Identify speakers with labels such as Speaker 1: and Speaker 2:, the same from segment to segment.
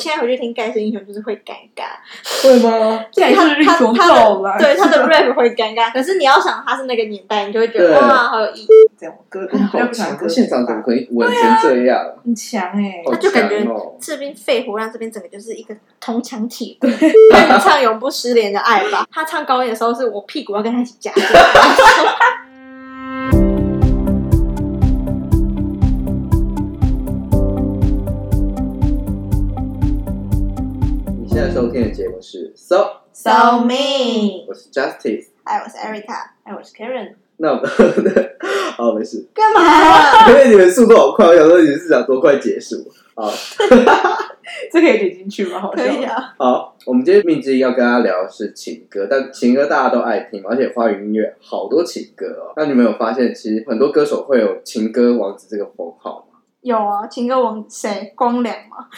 Speaker 1: 现在回去听盖世英雄就是会尴尬，
Speaker 2: 会吗？
Speaker 1: 就是
Speaker 3: 盖世英
Speaker 1: 他他
Speaker 3: 雄
Speaker 1: 他
Speaker 3: 到
Speaker 1: 的
Speaker 3: 来
Speaker 1: 对他的 rap 会尴尬，可是你要想他是那个年代，你就会觉
Speaker 2: 对
Speaker 1: 得哇好有意义，
Speaker 3: 这样我歌
Speaker 2: 哎好
Speaker 3: 我不喜欢
Speaker 2: 强
Speaker 3: 歌，
Speaker 2: 现场怎么可以稳成这样？
Speaker 3: 很强哎、
Speaker 2: 好
Speaker 1: 他就感觉
Speaker 2: 强哦！
Speaker 1: 这边肺活量这边整个就是一个铜墙铁壁。那你唱《永不失联的爱》吧，他唱高音的时候是我屁股要跟他一起夹住。
Speaker 2: 你现在收听的节目是 So，
Speaker 1: So me，
Speaker 2: 我是 Justice。
Speaker 1: 哎，我是 Erica，
Speaker 3: 哎，我是 Karen，
Speaker 2: 那我们 好没事，
Speaker 1: 干嘛？
Speaker 2: 因为你们速度好快，我想说你们是想多快结束。好，
Speaker 3: 这可以点进去吗？好
Speaker 1: 可
Speaker 3: 笑
Speaker 1: 以啊，
Speaker 2: 好，我们今天命之音要跟大家聊的是情歌，但情歌大家都爱听嘛，而且华语音乐好多情歌哦。那你们有发现，其实很多歌手会有情歌王子这个封号吗？
Speaker 1: 有啊，情歌王谁？光良吗？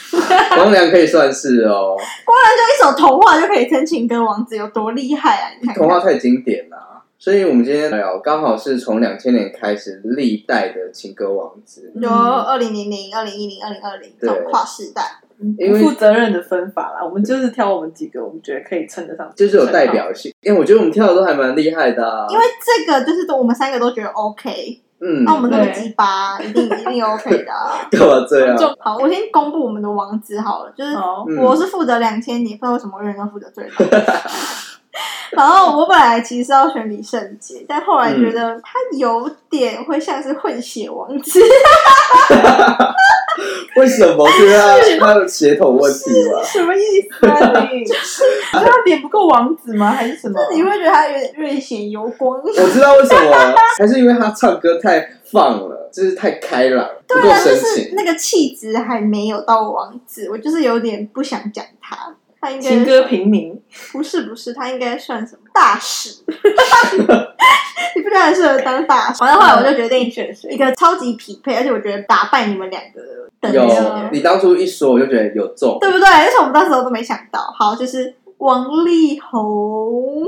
Speaker 2: 光良可以算是哦，
Speaker 1: 一首《童话》就可以称情歌王子有多厉害啊！ 你看
Speaker 2: 童
Speaker 1: 看，
Speaker 2: 话太经典啦、所以我们今天聊刚好是从两千年开始历代的情歌王子。
Speaker 1: 有二零零零、二零一零、二零二零这种
Speaker 2: 对
Speaker 1: 跨世代，
Speaker 3: 嗯
Speaker 2: 因为
Speaker 3: 不负责任的分法啦，我们就是挑我们几个我们觉得可以称得上，
Speaker 2: 就是有代。表性，因为我觉得我们跳的都还蛮厉害的、啊，
Speaker 1: 因为这个就是我们三个都觉得 OK，
Speaker 2: 嗯，
Speaker 1: 那我们
Speaker 3: 都
Speaker 1: 那
Speaker 3: 对
Speaker 1: 么鸡巴，一定一定 OK 的啊。
Speaker 2: 干嘛这样？
Speaker 1: 就好，我先公布我们的王子好了，就是
Speaker 3: 哦，
Speaker 2: 嗯
Speaker 1: 我是负责两千，你不知道为什么永远都负责最多。 然后我本来其实要选李圣杰，但后来觉得他有点会像是混血王子，
Speaker 2: 为什么？是他他有血统问题 吗？
Speaker 3: 什么意思 啊你？就是他脸不够王子吗？还是什么？
Speaker 1: 你会觉得他有点略显油光。
Speaker 2: 我知道为什么，还是因为他唱歌太放了，就是太开朗，不够
Speaker 1: 对啊，就
Speaker 2: 深
Speaker 1: 是
Speaker 2: 情。
Speaker 1: 那个气质还没有到王子，我就是有点不想讲他。他应该
Speaker 3: 情歌平民，
Speaker 1: 不是不是，他应该算什么大使？ 你不觉得很适合当大使？反正后来我就决定
Speaker 3: 选谁
Speaker 1: 一？个超级匹配，而且我觉得打败你们两个的
Speaker 2: 有
Speaker 1: 等级的，
Speaker 2: 你当初一说，我就觉得有中。
Speaker 1: 对不对？而且我们当时都没想到，好，就是王力宏，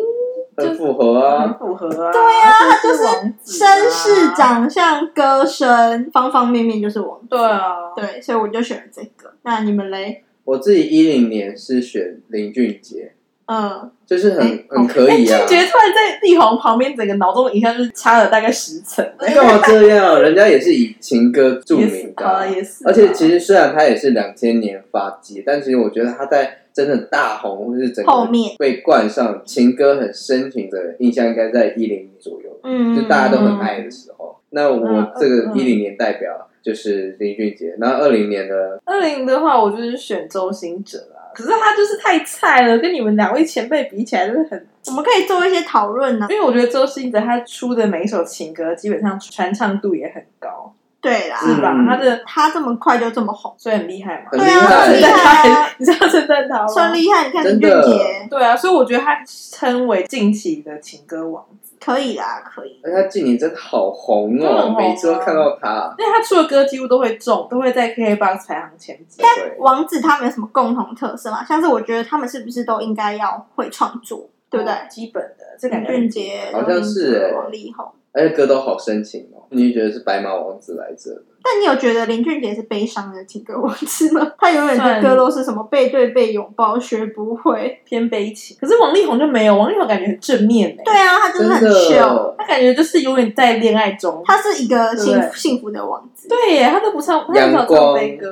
Speaker 2: 很符合
Speaker 1: 嗯
Speaker 2: 啊，
Speaker 3: 很符合啊，对啊，他就是王子啊
Speaker 1: 绅士，长相、歌声，方方面面就是王。
Speaker 3: 对啊，
Speaker 1: 对，所以我就选了这个。那你们嘞？
Speaker 2: 我自己一零年是选林俊杰，
Speaker 1: 嗯，
Speaker 2: 就是很
Speaker 1: 哎
Speaker 2: 很可以啊
Speaker 3: 俊。杰突然在力宏旁边，整个脑中的影像就是差了大概十层，
Speaker 2: 你干嘛这样？人家也是以情歌著
Speaker 3: 也
Speaker 2: 名
Speaker 3: 是
Speaker 2: 的
Speaker 3: 啊，
Speaker 2: 啊，
Speaker 3: 也是啊，
Speaker 2: 而且其实虽然他也是两千年发迹，但其实我觉得他在真的大红，或是整
Speaker 1: 后
Speaker 2: 个
Speaker 1: 面，
Speaker 2: 被冠上情歌很深情的印象，应该在一零左右。
Speaker 1: 嗯，
Speaker 2: 就大家都很爱的时候。那我这
Speaker 3: 嗯
Speaker 2: 个一零年代表就是林俊杰，然后二零年的
Speaker 3: 二零的话，我就是选周星哲啊，可是他就是太菜了，跟你们两位前辈比起来，就是很。
Speaker 1: 我们可以做一些讨论呢。
Speaker 3: 因为我觉得周星哲他出的每一首情歌，基本上传唱度也很高，
Speaker 1: 对啦，
Speaker 3: 是吧？
Speaker 2: 嗯
Speaker 3: 他的
Speaker 1: 他这么快就这么红，
Speaker 3: 所以很厉害嘛，
Speaker 2: 很厉
Speaker 1: 对啊
Speaker 2: 害，
Speaker 1: 很厉害啊
Speaker 3: 你知道称赞他吗？
Speaker 1: 算厉害。你看
Speaker 2: 真
Speaker 1: 林
Speaker 2: 的
Speaker 1: 俊杰，
Speaker 3: 对啊，所以我觉得他称为近期的情歌王子，
Speaker 1: 可以啦，可以。
Speaker 2: 哎而且他近年真的好红
Speaker 3: 真的很
Speaker 2: 哦，
Speaker 3: 红啊
Speaker 2: 每次都看到他。
Speaker 3: 因为他出的歌几乎都会中，都会在 KKBOX 排行前几。
Speaker 2: 对，
Speaker 1: 王子他们有什么共同特色吗？像是我觉得他们是不是都应该要会创作，对不对？
Speaker 3: 基本的，这感
Speaker 1: 林
Speaker 3: 觉
Speaker 1: 俊杰、
Speaker 2: 哦好像是
Speaker 1: 周星
Speaker 2: 欸
Speaker 1: 驰王力宏。
Speaker 2: 而且歌都好深情哦。你觉得是白马王子来着？
Speaker 1: 但你有觉得林俊杰是悲伤的情歌王子吗？ 他永远
Speaker 3: 算
Speaker 1: 的歌都是什么背对背拥抱，学不会。
Speaker 3: 偏悲情。可是王力宏就没有，王力宏感觉很正面呢、
Speaker 1: 对啊，他就是
Speaker 2: 真
Speaker 1: 很 chill，
Speaker 2: 的，
Speaker 3: 他感觉就是永远在恋爱中。
Speaker 1: 他是一个幸
Speaker 3: 对
Speaker 1: 幸福的王子，
Speaker 3: 对耶，他都不唱，他很少
Speaker 2: 阳光
Speaker 3: 唱悲歌，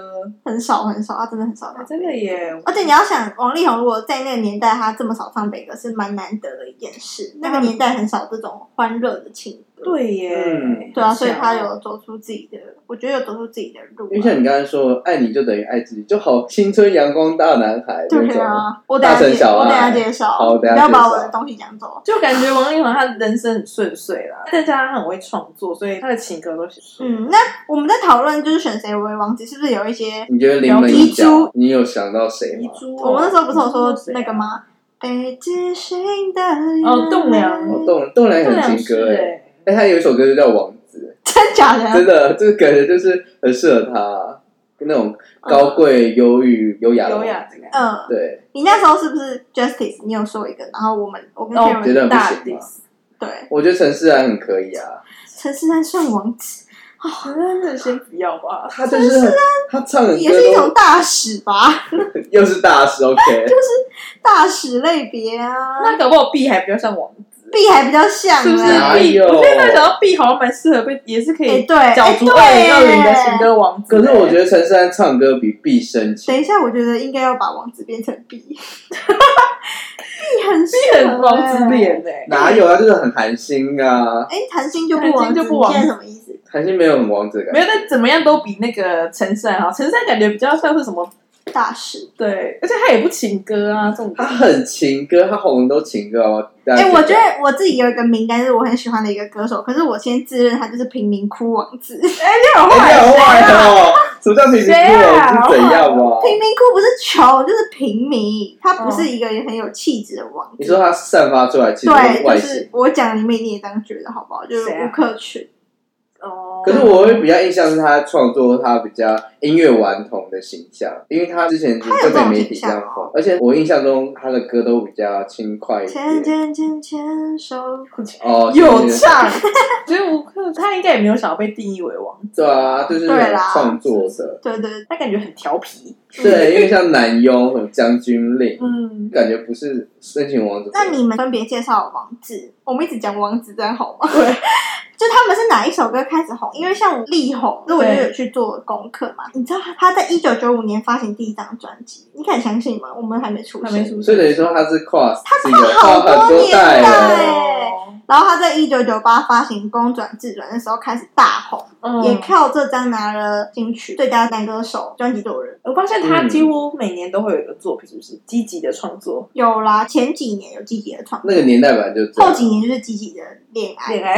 Speaker 1: 很少很少，他真的很少
Speaker 3: 啊
Speaker 1: 唱。
Speaker 3: 真的耶。
Speaker 1: 而哦且你要想，王力宏如果在那个年代他这么少唱悲歌，是蛮难得的一件事。
Speaker 2: 啊
Speaker 1: 那个年代很少这种欢乐的情歌。
Speaker 3: 对耶，
Speaker 2: 嗯
Speaker 1: 对啊，所以他有走出自己的，我觉得有走出自己的路、
Speaker 2: 因为像
Speaker 1: 啊。
Speaker 2: 你刚才说，爱你就等于爱自己，就好青春阳光大男孩那
Speaker 1: 对
Speaker 2: 种。
Speaker 1: 啊，我等下
Speaker 2: 大城
Speaker 1: 介
Speaker 2: 小爱
Speaker 1: 我等下介绍，
Speaker 2: 好
Speaker 1: 不
Speaker 2: 等下
Speaker 1: 要把
Speaker 2: 介绍
Speaker 1: 我的东西讲走。
Speaker 3: 就感觉王力宏他人生很顺遂啦，再加上他很会创作，所以他的情歌都写出来。
Speaker 1: 嗯，那我们在讨论就是选谁为王子，是不是有一些？
Speaker 2: 你觉得临门
Speaker 1: 遗
Speaker 2: 一脚
Speaker 1: 珠，
Speaker 2: 你有想到谁
Speaker 3: 遗
Speaker 2: 吗？
Speaker 3: 珠哦
Speaker 1: 我们那时候不是有说那个？吗？被置身的
Speaker 3: 哦栋梁
Speaker 2: 啊哦，栋栋梁
Speaker 3: 这
Speaker 2: 也
Speaker 3: 两
Speaker 2: 很情歌
Speaker 3: 啊是啊
Speaker 2: 哎，
Speaker 3: 哎，
Speaker 2: 哎，他有一首歌就叫《王子》，
Speaker 1: 真假的？
Speaker 2: 真的，这个感觉就是很适合他、那种高贵、忧郁、优雅的
Speaker 3: 嗯优
Speaker 2: 王子。
Speaker 3: 雅的感觉。
Speaker 1: 嗯，
Speaker 2: 对，
Speaker 1: 你那时候是不是 Justice？你有说一个，然后我们我跟
Speaker 3: 哦
Speaker 1: Karen、
Speaker 2: 觉得很不
Speaker 3: 大
Speaker 2: 行
Speaker 3: diss
Speaker 1: 对
Speaker 2: 我觉得陈思安很可以啊，
Speaker 1: 陈思安算王子，
Speaker 3: 真的先不要吧。
Speaker 2: 他就是很他唱的歌
Speaker 1: 也是一种
Speaker 2: 都
Speaker 1: 大使吧，
Speaker 2: 又是大师 OK，
Speaker 1: 大使类别啊。
Speaker 3: 那搞不好 B 还比较像王子，
Speaker 1: B 还比较像
Speaker 3: 是不是
Speaker 1: 欸
Speaker 2: 哎
Speaker 3: ？B，
Speaker 2: 呦
Speaker 3: 我现在想到 B 好像蛮适合被，也是可
Speaker 1: 哎
Speaker 3: 以
Speaker 1: 对，
Speaker 3: 角
Speaker 1: 哎
Speaker 3: 逐二零二零的情
Speaker 1: 对。
Speaker 3: 歌王子。
Speaker 2: 可是我觉得陈珊珊唱歌比 B 深
Speaker 1: 等
Speaker 2: 情，
Speaker 1: 一下，我觉得应该要把王子变成 B，B 很适
Speaker 3: B
Speaker 1: 合
Speaker 3: 很王子
Speaker 1: 欸。
Speaker 3: 脸哎，
Speaker 2: 哪有啊？就是很韩星啊，
Speaker 1: 哎，谭鑫就不
Speaker 3: 谭鑫
Speaker 1: 王子，
Speaker 3: 就不王
Speaker 1: 你现在
Speaker 3: 子
Speaker 1: 什么意思？
Speaker 2: 韩星没有很王子的感
Speaker 3: 没
Speaker 2: 觉。
Speaker 3: 有，但怎么样都比那个陈珊好。陈珊感觉比较像是什么？
Speaker 1: 大使。
Speaker 3: 对，而且他也不情歌啊，这种
Speaker 2: 他很情歌，他红的都情歌哦。哎
Speaker 3: 呃
Speaker 1: 哎、我觉得我自己有一个名单是我很喜欢的一个歌手，可是我先自认他就是贫民窟王子。贫
Speaker 3: 好
Speaker 2: 哎你好坏哦，什么叫平民
Speaker 3: 谁
Speaker 2: 窟
Speaker 3: 啊
Speaker 2: 是怎样吧？
Speaker 1: 民窟不是穷，就是平民，他
Speaker 3: 哦
Speaker 1: 不是一个很有气质的王
Speaker 2: 你
Speaker 1: 子。
Speaker 2: 说他散发出来气质
Speaker 1: 对，
Speaker 2: 跟外
Speaker 1: 就
Speaker 2: 形
Speaker 1: 是，我讲里面你也这样觉得好不好？就是
Speaker 3: 谁啊
Speaker 1: 吴克群，
Speaker 3: 哦
Speaker 2: 可是我会比较印象是他创作他比较音乐顽童的形象，因为他之前就被媒体这样
Speaker 1: 哦
Speaker 2: 红，而且我印象中他的歌都比较轻快一
Speaker 1: 牵
Speaker 2: 点。
Speaker 1: 牵牵牵手，
Speaker 2: 哦，
Speaker 3: 有
Speaker 2: 就是
Speaker 3: 唱，所以吴克他应该也没有想要被定义为王子，
Speaker 2: 对啊，就是那
Speaker 1: 对
Speaker 2: 种
Speaker 1: 啦
Speaker 2: 创作者，
Speaker 1: 对对对
Speaker 3: 他感觉很调皮。
Speaker 2: 对，因为像南庸和将军令，
Speaker 3: 嗯，
Speaker 2: 感觉不是深情王子。
Speaker 1: 那你们分别介绍王子，我们一直讲王子，这样好吗？对。 就他们是哪一首歌开始红？因为像力宏，那我就有去做功课嘛。你知道他在一九九五年发行第一张专辑，你敢相信吗？我们还没出
Speaker 3: 他没
Speaker 1: 生。
Speaker 3: 出
Speaker 2: 所以
Speaker 3: 生
Speaker 2: 等于说他是跨他
Speaker 1: 跨好
Speaker 2: 很
Speaker 1: 多
Speaker 2: 多
Speaker 1: 年欸代
Speaker 2: 了，
Speaker 1: 对然后他在一九九八发行《公转自转》的时候开始大红，
Speaker 3: 嗯
Speaker 1: 也靠这张拿了金曲最佳男歌手、专辑作人。
Speaker 3: 我发现他几乎每年都会有一个作品，是不是积极的创作
Speaker 1: 有啦，前几年有积极的创作，
Speaker 2: 那个年代本来就这样
Speaker 1: 后几年就是积极的恋爱。
Speaker 3: 恋爱，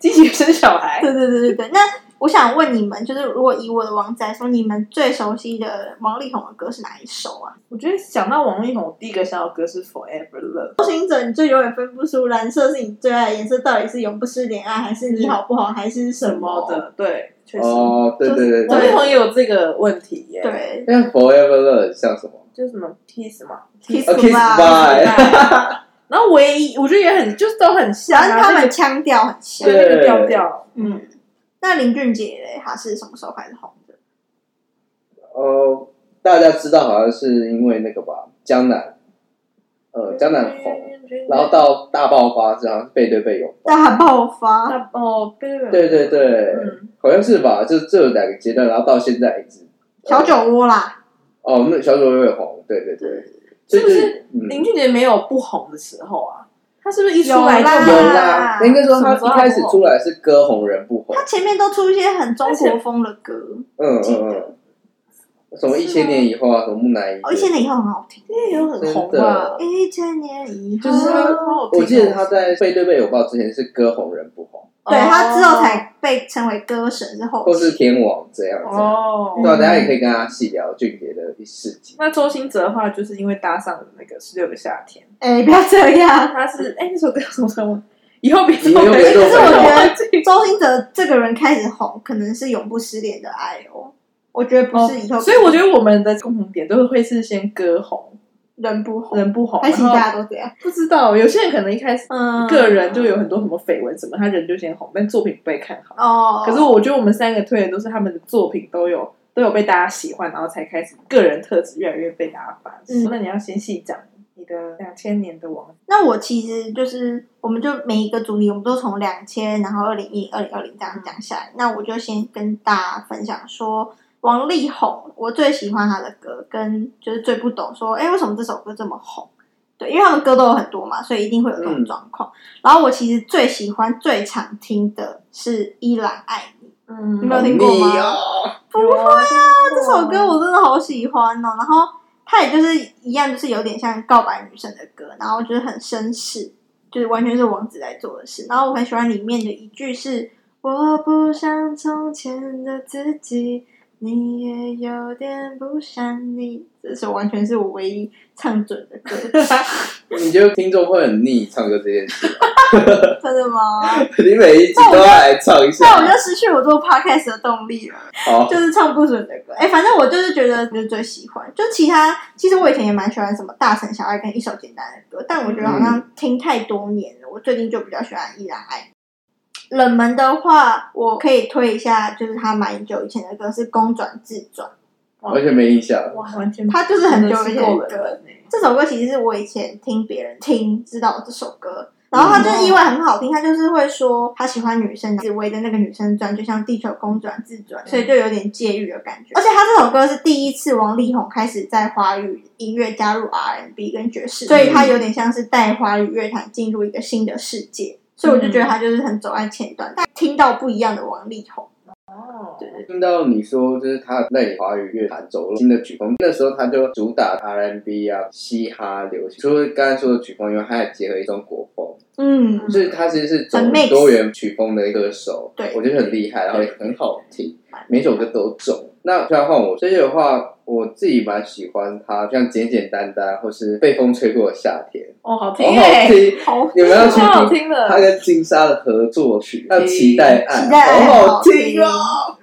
Speaker 3: 积极地生小孩？
Speaker 1: 对对对对对。那我想问你们，就是如果以我的王子来说，你们最熟悉的王力宏的歌是哪一首啊？
Speaker 3: 我觉得想到王力宏，我第一个想到的歌是《Forever Love》。
Speaker 1: 周行者，你就永远分不出蓝色是你最爱的颜色，到底是永不失联爱，还是你好不好，还是什
Speaker 3: 什么？的，对，确实，王
Speaker 2: 哦，对对对
Speaker 3: 力
Speaker 2: 对，
Speaker 3: 宏也有这个问题耶，，
Speaker 1: 对，
Speaker 2: 那 Forever Love 像什么？
Speaker 3: 就是什么 kiss 嘛
Speaker 1: Kiss
Speaker 2: A Kiss
Speaker 1: Goodbye
Speaker 2: Bye，
Speaker 3: 然后唯一我觉得也很，就是都很像
Speaker 1: 然
Speaker 3: 啊，
Speaker 1: 后他
Speaker 3: 那
Speaker 1: 们
Speaker 3: 个
Speaker 1: 腔调很像。
Speaker 3: 对那个调调，
Speaker 1: 嗯，那林俊杰嘞，他是什么时候开始红的？
Speaker 2: 哦，大家知道好像是因为那个吧，江南，呃，江南红，然后到大爆发，这样背对背拥抱，
Speaker 1: 大爆发，
Speaker 3: 那哦，对对
Speaker 2: 对对对，
Speaker 3: 嗯，
Speaker 2: 好像是吧？就这两个阶段，然后到现在一直。
Speaker 1: 小酒窝啦，
Speaker 2: 哦，那小九也红，对对对，所以就是
Speaker 3: 不是林
Speaker 2: 嗯，
Speaker 3: 俊杰没有不红的时候啊，他是不是一出
Speaker 1: 有
Speaker 3: 来
Speaker 1: 啦
Speaker 3: 就
Speaker 2: 有啦，
Speaker 1: 啊
Speaker 2: 应该说他
Speaker 3: 什么时候
Speaker 2: 一开始出来是歌红人不红
Speaker 1: 他，前面都出一些很中国风的歌，
Speaker 2: 嗯
Speaker 1: 记
Speaker 2: 嗯
Speaker 1: 得
Speaker 2: 嗯，什么一千年以后啊，什么木乃伊，
Speaker 1: 哦，一千年以后很好听，
Speaker 3: 也有很红啊
Speaker 2: 真
Speaker 3: 吧
Speaker 2: 的？
Speaker 1: 一千年以后，
Speaker 2: 就是他
Speaker 3: 哦
Speaker 2: 我记得他在背对背拥抱之前是歌红人不红，
Speaker 3: 哦
Speaker 1: 对他之后才被称为歌神，是后
Speaker 2: 或
Speaker 1: 期
Speaker 2: 是天王这样子。
Speaker 3: 哦。
Speaker 2: 对啊，等一下也可以跟他细聊俊杰的一事情。
Speaker 3: 那周星哲的话，就是因为搭上了那个十六个夏天，
Speaker 1: 哎、不要这样。
Speaker 3: 他是哎那首歌叫什么什么，以后别做
Speaker 2: 以后别做
Speaker 3: 可是我
Speaker 1: 朋友
Speaker 3: 忘记
Speaker 1: 周兴哲这个人开始红，可能是永不失联的爱哦。我觉得不是以后，
Speaker 3: 哦所以我觉得我们的共同点都会是先歌红，
Speaker 1: 人不红，
Speaker 3: 人不红，
Speaker 1: 还其实
Speaker 3: 然后
Speaker 1: 大家都这样。
Speaker 3: 不知道，有些人可能一开始
Speaker 1: 嗯，
Speaker 3: 个人就有很多什么绯闻什么，他人就先红，但作品不被看好。
Speaker 1: 哦。
Speaker 3: 可是我觉得我们三个推的都是他们的作品都有都有被大家喜欢，然后才开始个人特质越来越被大家发现。
Speaker 1: 嗯
Speaker 3: 那你要先细讲你的两千年的王，
Speaker 1: 那我其实就是，我们就每一个主题，我们都从两千，然后二零一、二零二零这样讲下来。那我就先跟大家分享说，王力宏，我最喜欢他的歌，跟就是最不懂说，哎，为什么这首歌这么红？对，因为他们歌都有很多嘛，所以一定会有这种
Speaker 2: 嗯
Speaker 1: 状况。然后我其实最喜欢、最常听的是《依然爱你》，
Speaker 3: 嗯
Speaker 1: 你没有听过吗
Speaker 2: 好密哦
Speaker 1: 不会啊，这首歌我真的好喜欢哦。然后它也就是一样，就是有点像告白女生的歌，然后就是很绅士，就是完全是王子在做的事。然后我很喜欢里面的一句是：“我不像从前的自己，你也有点不像你。”这首完全是我唯一唱准的歌，
Speaker 2: 你觉得听众会很腻唱歌这件事？
Speaker 1: 真的吗？
Speaker 2: 你每一集都要来唱一下
Speaker 1: 那我，就失去我做 podcast 的动力了。
Speaker 2: 好，
Speaker 1: 就是唱不准的歌。哎、反正我就是觉得就是最喜欢，就其他其实我以前也蛮喜欢什么大城小爱跟一首简单的歌，但我觉得好像听太多年了，我最近就比较喜欢依然爱你。冷门的话，我可以推一下，就是他蛮久以前的歌是《公转自转》，
Speaker 2: 完全没印象了。
Speaker 3: 哇， 完全
Speaker 1: 它就是很久以
Speaker 3: 真的
Speaker 1: 前
Speaker 3: 是够
Speaker 1: 的歌。
Speaker 3: 冷门欸
Speaker 1: 这首歌其实是我以前听别人听知道这首歌，然后他就是意外很好听，他就是会说他喜欢女生，只围着那个女生转，就像地球公转自转，所以就有点介于的感觉。而且他这首歌是第一次王力宏开始在华语音乐加入 R&B 跟爵士，所以他有点像是带华语乐坛进入一个新的世界。所以我就觉得他就是很走在前端，但听到不一样的王力宏，
Speaker 3: 哦，
Speaker 1: 对对对
Speaker 2: 听到你说就是他在华语乐坛走入新的曲风，那时候他就主打 R&B 啊、嘻哈流行，除了刚才说的曲风以外，他还结合一种国风，
Speaker 1: 嗯，
Speaker 2: 就是他其实是走
Speaker 1: 很 mix
Speaker 2: 多元曲风的一个歌手，
Speaker 1: 对
Speaker 2: 我觉得很厉害，然后也很好听，每首歌都中。那就要换我，这些的话，我自己蛮喜欢他，像简简单单，或是被风吹过的夏天，
Speaker 3: 哦，好听
Speaker 2: 好好
Speaker 3: 哎，
Speaker 2: 听。
Speaker 1: 好啊
Speaker 2: 你们要去
Speaker 3: 超好
Speaker 2: 听
Speaker 3: 听的，
Speaker 2: 他跟金莎的合作曲，叫《期待爱》，
Speaker 1: 期待爱
Speaker 2: 好
Speaker 1: 好
Speaker 2: 听
Speaker 1: 听
Speaker 2: 哦。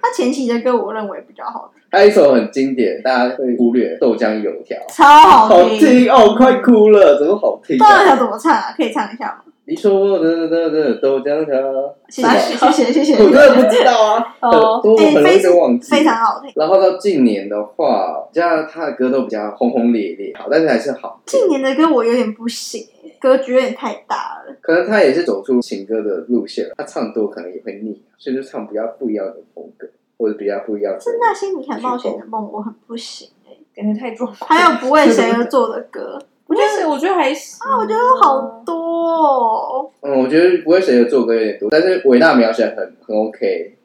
Speaker 1: 他前期的歌我认为比较好听，
Speaker 2: 还有一首很经典，大家会忽略《豆浆油条》，
Speaker 1: 超
Speaker 2: 好听哦，快哭了，怎么好听、
Speaker 1: 豆浆条
Speaker 2: 啊？
Speaker 1: 怎么唱啊？可以唱一下吗？
Speaker 2: 你说我的的的豆浆条，我
Speaker 1: 谢谢谢谢谢谢，
Speaker 2: 真的不知道啊，很
Speaker 3: 哦，
Speaker 2: 多我很容易
Speaker 1: 非
Speaker 2: 就忘记。
Speaker 1: 哎非常好听。
Speaker 2: 然后到近年的话，比较他的歌都比较轰轰烈烈，好，但是还是好听
Speaker 1: 近。年的歌我有点不行，格局有点太大了。
Speaker 2: 可能他也是走出情歌的路线了，他唱多可能也会腻，所以就唱比较不一样的风格，或者比较不一样的。
Speaker 1: 是那些你很冒险的梦，我很不行、欸。
Speaker 3: 感觉太壮观。
Speaker 1: 还有不为谁而作的歌，
Speaker 3: 我觉得，我觉得还行啊，我觉
Speaker 1: 都好多、哦。
Speaker 2: 嗯，我觉得不会谁的做歌有点多，但是伟大描写很很 OK，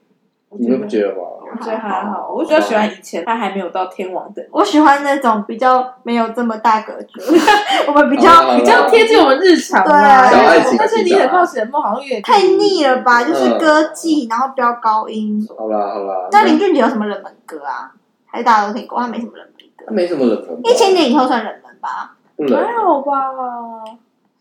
Speaker 2: 你们不觉得吗？
Speaker 3: 我觉得还好，我比
Speaker 2: 啊
Speaker 3: 较喜欢以前他还没有到天王的，
Speaker 1: 我喜欢那种比较没有这么大格局， 我们比
Speaker 2: 好啦
Speaker 1: 较
Speaker 2: 好啦
Speaker 1: 比
Speaker 3: 比
Speaker 1: 较
Speaker 3: 较贴近我们日常嘛。啊
Speaker 1: 对小爱
Speaker 2: 啊情
Speaker 3: 但是你很冒险的梦好像有点
Speaker 1: 太腻了吧，就是
Speaker 2: 嗯
Speaker 1: 歌技，然后飙高音。
Speaker 2: 好啦好啦，
Speaker 1: 那林俊杰有什么冷门歌啊？还是大家都听过？他没什么冷门
Speaker 2: 那
Speaker 1: 歌，
Speaker 2: 没什么冷门吧，
Speaker 1: 一千年以后算冷门吧，
Speaker 2: 不冷。
Speaker 3: 还好吧？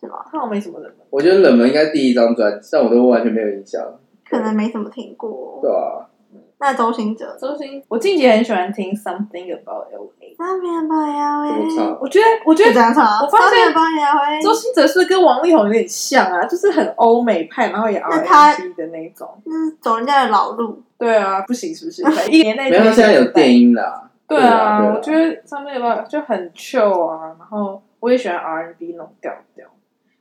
Speaker 1: 是吧？
Speaker 3: 他好像没什么人。
Speaker 2: 我觉得冷门应该第一张专辑，但我都完全没有印象，
Speaker 1: 可能没怎么听过。
Speaker 2: 对啊吧、
Speaker 1: 那周兴哲
Speaker 3: 周星，我近期很喜欢听 Something About L A，
Speaker 1: 三面八呀
Speaker 2: 怎么
Speaker 1: 喂，
Speaker 2: 唱？
Speaker 3: 我觉得，我觉
Speaker 1: 就这
Speaker 3: 得。
Speaker 1: 样唱啊。
Speaker 3: 我发现
Speaker 1: 三面八呀喂，
Speaker 3: 周星哲是不是跟王力宏有点像啊，就是很欧美派，然后也
Speaker 1: 那他
Speaker 3: R&B 的那种。
Speaker 1: 就是走人家的老路。
Speaker 3: 对啊，不行是不是？ 一年
Speaker 1: 嗯
Speaker 3: 内
Speaker 2: 没有，他现在有电音啦。
Speaker 3: 对
Speaker 2: 对啊
Speaker 3: 啊，
Speaker 2: 对啊
Speaker 3: 我觉得上面有个就很 chill 啊，然后我也喜欢 R&B 那种调调。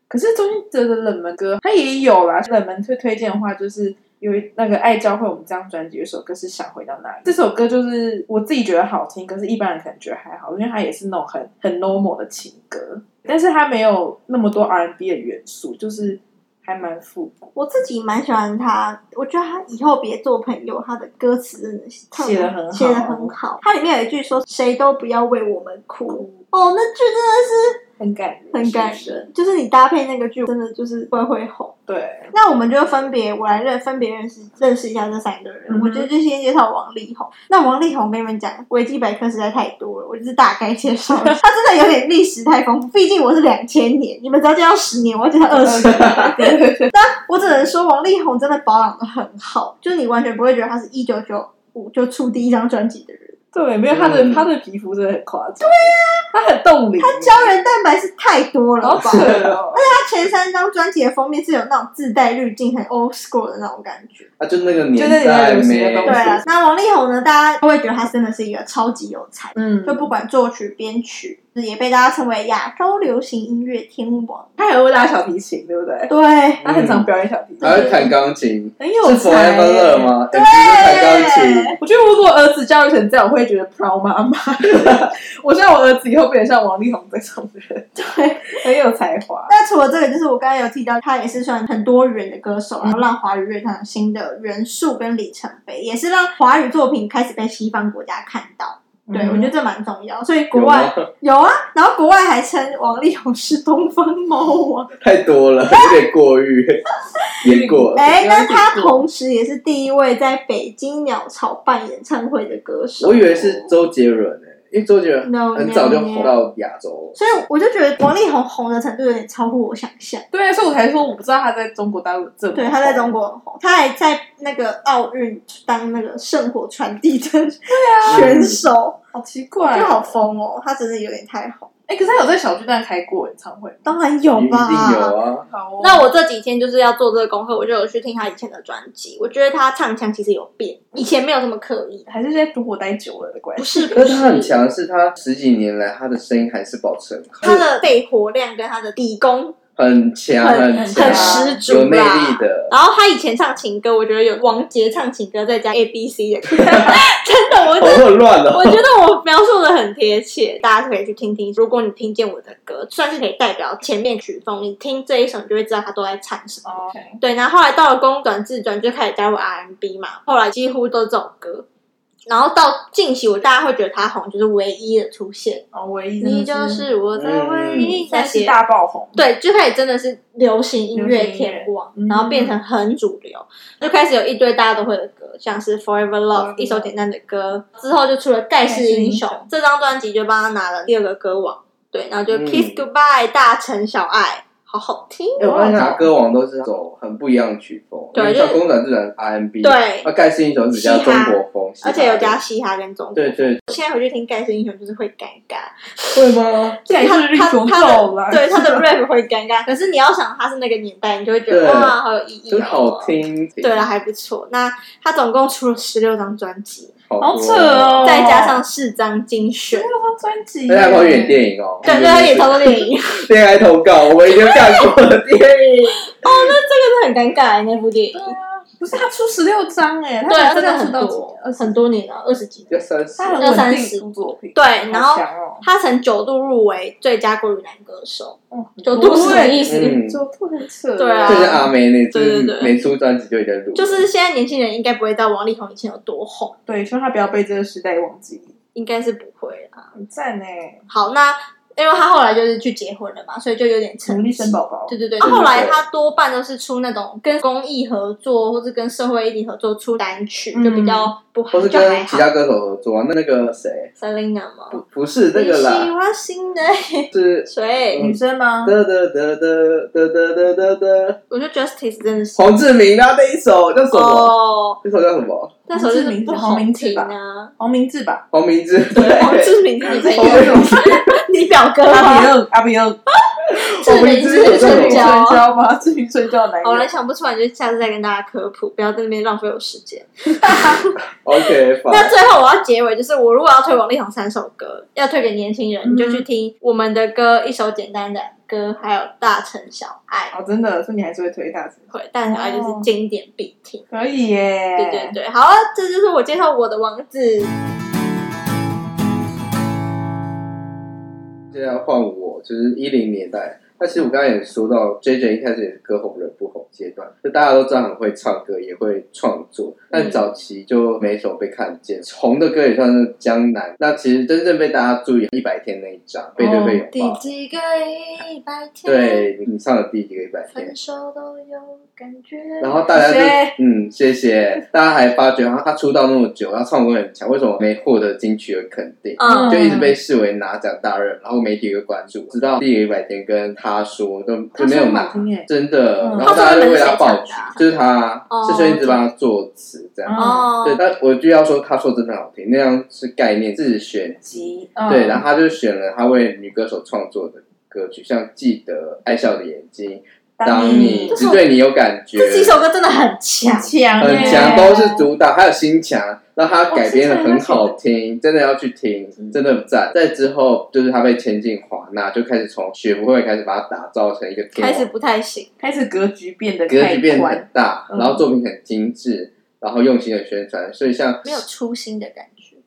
Speaker 3: 可是周星哲的冷门歌他也有啦，冷门推推荐的话就是。有一那个《爱教会我们》这张专辑，有一首歌是《想回到哪里》。这首歌就是我自己觉得好听，可是一般人可能觉得还好，因为它也是那种很很 normal 的情歌，但是它没有那么多 R&B 的元素，就是还蛮复古，
Speaker 1: 我自己蛮喜欢他，我觉得他以后别做朋友，他的歌词真的是特别
Speaker 3: 写得很好
Speaker 1: 写的很好。它里面有一句说：“谁都不要为我们哭。”哦，那句真
Speaker 3: 很感人，
Speaker 1: 的是很感
Speaker 3: 是不是。
Speaker 1: 人，就是你搭配那个剧，真的就是会会红。
Speaker 3: 对，
Speaker 1: 那我们就分别，我来认分别认识认识一下这三个人。
Speaker 3: 嗯哼
Speaker 1: 我觉得就先介绍王力宏。那王力宏跟你们讲，维基百科实在太多了，我就是大概介绍一下。他真的有点历史太丰富，毕竟我是两千年，你们只要介绍十年，我要介绍二十年。 我只能说，王力宏真的保养的很好，就是你完全不会觉得他是一九九五就出第一张专辑的人。
Speaker 3: 对，没有他的、
Speaker 2: 嗯
Speaker 3: 他的皮肤真的很夸张，对呀、他很冻龄，
Speaker 1: 胶原蛋白是太多了
Speaker 3: 好
Speaker 1: 吧
Speaker 3: 扯？哦！
Speaker 1: 他前三张专辑的封面是有那种自带滤镜、很 old school 的那种感觉。
Speaker 2: 啊，就那个
Speaker 3: 就
Speaker 2: 年
Speaker 3: 那个
Speaker 2: 代
Speaker 3: 流行的
Speaker 2: 没
Speaker 3: 东西
Speaker 1: 对啊，那王力宏呢，大家都会觉得他真的是一个超级有才，
Speaker 3: 嗯，
Speaker 1: 就不管作曲、编曲，也被大家称为亚洲流行音乐天王。
Speaker 3: 他还会拉小提琴，对不对？
Speaker 1: 对，
Speaker 3: 他很常表演小提琴，
Speaker 2: 还会弹钢琴，
Speaker 3: 很有
Speaker 2: 嗯是
Speaker 3: 才、
Speaker 2: Forever Love
Speaker 3: 欸。
Speaker 2: 吗？对，哎会弹钢琴。
Speaker 3: 我觉得如果儿子教育成这样，我会觉得 proud 妈 妈。我希望我儿子以后变得像王力宏这种人，
Speaker 1: 对。
Speaker 3: 很有才华。
Speaker 1: 那除了这个，就是我刚才有提到，他也是算很多元的歌手，然后让华语乐坛有新的元素跟里程碑，也是让华语作品开始被西方国家看到。对，
Speaker 3: 嗯
Speaker 1: 我觉得这蛮重要，所以国外
Speaker 2: 有吗
Speaker 1: 有啊，然后国外还称王力宏是东方猫王。
Speaker 2: 太多了，有点 过誉，也过了。
Speaker 1: 哎，
Speaker 3: 有
Speaker 1: 那
Speaker 3: 一点
Speaker 1: 他
Speaker 3: 过
Speaker 1: 同时也是第一位在北京鸟巢办演唱会的歌手。
Speaker 2: 我以为是周杰伦诶、因为周杰伦
Speaker 1: No，
Speaker 2: 很早就
Speaker 1: no，no
Speaker 2: 红到亚洲。
Speaker 1: 所以我就觉得王力宏红的程度有点超乎我想象。
Speaker 3: 对，所以我才说我不知道他在中国大陆这么
Speaker 1: 对，他在
Speaker 3: 红
Speaker 1: 中国很红，他还在那个奥运当那个圣火传递的选手，
Speaker 3: 好奇怪、
Speaker 1: 啊就好疯哦。他真的有点太红。
Speaker 3: 哎、可是他有在小巨蛋开过演唱会吗？
Speaker 1: 当然有
Speaker 2: 一定
Speaker 1: 吧，
Speaker 2: 有啊。
Speaker 3: 好哦
Speaker 1: 那我这几天就是要做这个功课，我就有去听他以前的专辑。我觉得他唱腔其实有变，以前没有这么刻意。
Speaker 3: 还是在中国待久了的关
Speaker 1: 不
Speaker 3: 系。
Speaker 1: 是，不
Speaker 2: 但是他很
Speaker 1: 是，
Speaker 2: 强，是他十几年来他的声音还是保持很好，
Speaker 1: 他的肺活量跟他的底功
Speaker 2: 很强
Speaker 1: 很
Speaker 2: 强，
Speaker 1: 很十足啦
Speaker 2: 有魅力的。
Speaker 1: 然后他以前唱情歌，我觉得有王杰唱情歌再加 A B C 的， 真的，我
Speaker 2: 好
Speaker 1: 真
Speaker 2: 混乱
Speaker 1: 我
Speaker 2: 哦！
Speaker 1: 觉得我描述的很贴切，大家可以去听听。如果你听见我的歌，算是可以代表前面曲风，你听这一首，你就会知道他都在唱什么。
Speaker 3: 哦，
Speaker 1: 对，然后后来到了公转自转就开始加入 RMB 嘛，后来几乎都这首歌。然后到近期，我大家会觉得他红就是唯一的出现，
Speaker 3: 哦，唯一真的
Speaker 1: 你就是我的唯一那
Speaker 3: 算是
Speaker 1: 些。
Speaker 3: 大爆红，
Speaker 1: 对，就开始真的是流行音
Speaker 3: 流行
Speaker 1: 乐
Speaker 3: 音乐
Speaker 1: 天王，
Speaker 3: 嗯
Speaker 1: 然后变成很主流，就开始有一堆大家都会的歌，像是 Forever Love
Speaker 3: Forever
Speaker 1: 一首简单的歌，之后就出了盖世英
Speaker 3: 盖世英
Speaker 1: 雄
Speaker 3: 雄
Speaker 1: 这张专辑，就帮他拿了第二个歌王，对，然后就
Speaker 2: 嗯
Speaker 1: Kiss Goodbye、大城小爱，好好听，哦
Speaker 2: 哎我发现他歌王都是走很不一样的曲风，
Speaker 1: 对
Speaker 2: 因为
Speaker 1: 就是
Speaker 2: 像公仔自然 RMB，
Speaker 1: 对
Speaker 2: 那啊盖世英雄只加
Speaker 1: 嘻哈
Speaker 2: 中国风，嘻哈
Speaker 1: 而且有加嘻哈跟中国。
Speaker 2: 对对
Speaker 1: 现在回去听盖世英雄就是会尴尬，
Speaker 2: 会吗？
Speaker 3: 盖世英雄
Speaker 1: 他他
Speaker 3: 走了
Speaker 1: 他的对他的 rap 会尴尬，可是你要想他是那个年代，你就会觉
Speaker 2: 对
Speaker 1: 得哇，好有意义、哦，
Speaker 2: 真好。听，
Speaker 1: 对了，还不错。那他总共出了十六张专辑，
Speaker 2: 好
Speaker 3: 好
Speaker 2: 多
Speaker 3: 扯哦，
Speaker 1: 再加上四张精选，
Speaker 3: 这张专辑，
Speaker 2: 大家跑哎演电影
Speaker 1: 哦
Speaker 2: 哦，
Speaker 1: 对对，他也操作电 影，
Speaker 2: 恋爱投稿，我们已经看过 的电影，
Speaker 1: 真的很尴尬那部电影，
Speaker 3: 不是他出十六张哎，他
Speaker 1: 对，啊
Speaker 3: 好像
Speaker 1: 真的
Speaker 3: 出
Speaker 1: 很
Speaker 3: 到几
Speaker 1: 多
Speaker 3: 二，十
Speaker 1: 很多年了，二十几
Speaker 2: 就
Speaker 1: 年。
Speaker 2: 三十，
Speaker 3: 他很
Speaker 1: 要
Speaker 3: 稳
Speaker 1: 三
Speaker 3: 定
Speaker 1: 十
Speaker 3: 出作品，
Speaker 1: 对，然
Speaker 3: 好
Speaker 1: 后
Speaker 3: 强哦
Speaker 1: 他曾九度入围最佳国语男歌手，
Speaker 3: 哦很
Speaker 1: 九
Speaker 3: 多
Speaker 1: 度是什么
Speaker 3: 欸
Speaker 1: 意思？
Speaker 2: 嗯
Speaker 3: 九度很扯，
Speaker 1: 对啊
Speaker 2: 就像阿妹那
Speaker 1: 对对
Speaker 2: 支
Speaker 1: 对
Speaker 2: 没出专辑就已经录了，
Speaker 1: 就是现在年轻人应该不会到王力宏以前有多红，
Speaker 3: 对，希望他不要被这个时代忘记，
Speaker 1: 应该是不会啦。
Speaker 3: 很赞呢，
Speaker 1: 好，那因为他后来就是去结婚了嘛，所以就有点
Speaker 3: 努
Speaker 1: 成
Speaker 3: 力生宝宝，
Speaker 1: 对对对，
Speaker 2: 对对
Speaker 1: 后来他多半都是出那种跟公益合作或者跟社会议题合作出单曲，就比较不好，
Speaker 2: 嗯或是
Speaker 1: 就还
Speaker 2: 跟其
Speaker 1: 好。
Speaker 2: 他歌手合作啊，那那个谁，
Speaker 1: Selina 吗？
Speaker 2: 不不是那个
Speaker 1: 你喜
Speaker 2: 啦，嗯
Speaker 1: 欢新的
Speaker 2: 是
Speaker 1: 谁？
Speaker 3: 女生吗？
Speaker 2: 得得得得得得得得得，
Speaker 1: 我觉得 Justice 真的是
Speaker 2: 黄志明他那一首叫什么？
Speaker 1: 哦，
Speaker 2: 那首叫什么？
Speaker 1: 那时候就是不好听啊。
Speaker 3: 黄明志吧，
Speaker 2: 黄明志，
Speaker 1: 对，黄
Speaker 2: 对，
Speaker 1: 志明自己在
Speaker 2: 黄明志，
Speaker 1: 你表哥
Speaker 3: 阿比
Speaker 1: 吗？
Speaker 3: 二，阿比二，
Speaker 1: 志明是
Speaker 3: 志
Speaker 1: 春
Speaker 3: 明春
Speaker 1: 娇。
Speaker 3: 娇吗？志明春娇的男
Speaker 1: 好了，
Speaker 3: 友，
Speaker 1: 想不出来就下次再跟大家科普，不要在那边浪费我时间。
Speaker 2: OK，好，
Speaker 1: 那最后我要结尾，就是我如果要推王力宏三首歌，要推给年轻人，你就去听我们的歌，一首简单的歌，还有《大城小爱》。
Speaker 3: 哦，真的，所以你还是会推大神，
Speaker 1: 会，《大城小爱》就是经典必听。
Speaker 3: 可以耶，
Speaker 1: 对对对，好啊，这就是我介绍我的王子。
Speaker 2: 现在要换我，就是一零年代。但其实我刚才也说到，J J 一开始也是歌红人不红阶段，就大家都知道很会唱歌，也会创作，
Speaker 1: 嗯
Speaker 2: 但早期就每首被看见，红的歌也算是江南。那其实真正被大家注意，一百天那一张，背对
Speaker 1: 哦
Speaker 2: 背拥抱，
Speaker 1: 几个一百天，
Speaker 2: 对你唱的第一个一百天
Speaker 1: 分。手都有感觉。
Speaker 2: 然后大家就
Speaker 3: 谢谢
Speaker 2: 嗯，谢谢，大家还发觉啊他他出道那么久，他唱功很强，为什么没获得金曲的肯定？
Speaker 1: 嗯，
Speaker 2: 就一直被视为拿奖大热，然后媒体有关注，直到第一百天跟他说都就没有
Speaker 3: 马
Speaker 2: 拿，
Speaker 3: 听耶，
Speaker 2: 真的，
Speaker 3: 嗯
Speaker 2: 然后大家就为他爆菊，就是他
Speaker 1: 哦，
Speaker 2: 是轩一直帮他作词这样。
Speaker 1: 哦，
Speaker 2: 对，但我就要说，他说真的很好听，那样是概念自选，
Speaker 3: 急，
Speaker 2: 对，然
Speaker 3: 后
Speaker 2: 后他就选了他为女歌手创作的歌曲，像《记得》《爱笑的眼睛》《当你
Speaker 1: 这是
Speaker 2: 只
Speaker 1: 我
Speaker 2: 对你有感觉》
Speaker 1: 这几首歌真的很强
Speaker 3: 很，强欸耶，
Speaker 2: 很强，都是主打，还有新强，让他改编的很好听，真的要去听，真的很赞。在之后就是他被签进华纳，就开始从学不会开始把他打造成一个天
Speaker 1: 开始
Speaker 2: 王，
Speaker 1: 不太行。
Speaker 3: 开始格局变得
Speaker 2: 格局变得
Speaker 3: 开宽
Speaker 2: 很，大，
Speaker 3: 嗯
Speaker 2: 然后作品很精致，然后用心的宣传，所以像
Speaker 1: 没有初心的感觉，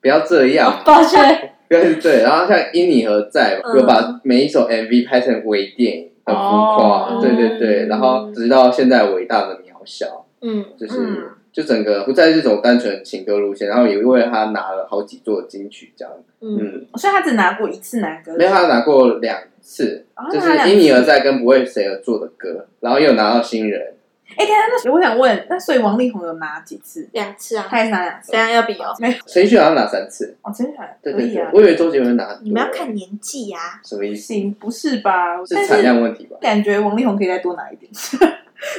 Speaker 2: 不要这样，
Speaker 1: 抱歉，
Speaker 2: 不要对，然后像因你何在，
Speaker 1: 嗯
Speaker 2: 有把每一首 MV 拍成微电影，很浮夸，
Speaker 3: 哦
Speaker 2: 对对对，然后直到现在伟大的渺小。
Speaker 1: 嗯，
Speaker 2: 就是、
Speaker 3: 嗯
Speaker 2: 就整个不再是这种单纯的情歌路线，然后也为他拿了好几座金曲奖，
Speaker 1: 嗯，
Speaker 2: 嗯，
Speaker 3: 所以他只拿过一次男歌手，
Speaker 2: 没有他拿过两次，
Speaker 3: 哦
Speaker 2: 就是
Speaker 3: 他拿两次
Speaker 2: 因你而在跟不为谁而作的歌，然后又拿到新人，
Speaker 3: 哎，等一下，那我想问，那所以王力宏有拿几次？
Speaker 1: 两次啊，
Speaker 3: 他也是拿两次
Speaker 1: 怎，样要比哦？
Speaker 3: 没
Speaker 2: 陈奕迅好像拿三次，
Speaker 3: 哦，真的
Speaker 2: 对
Speaker 3: 可
Speaker 2: 对
Speaker 3: 以
Speaker 2: 对，
Speaker 3: 啊，
Speaker 2: 我以为周杰伦拿很多
Speaker 1: 你们要看年纪呀，
Speaker 2: 什么意
Speaker 3: 不
Speaker 2: 思？
Speaker 3: 行，不是吧？
Speaker 2: 是
Speaker 3: 但
Speaker 2: 产
Speaker 3: 是
Speaker 2: 量问题吧？
Speaker 3: 感 觉王力宏可以再多拿一点，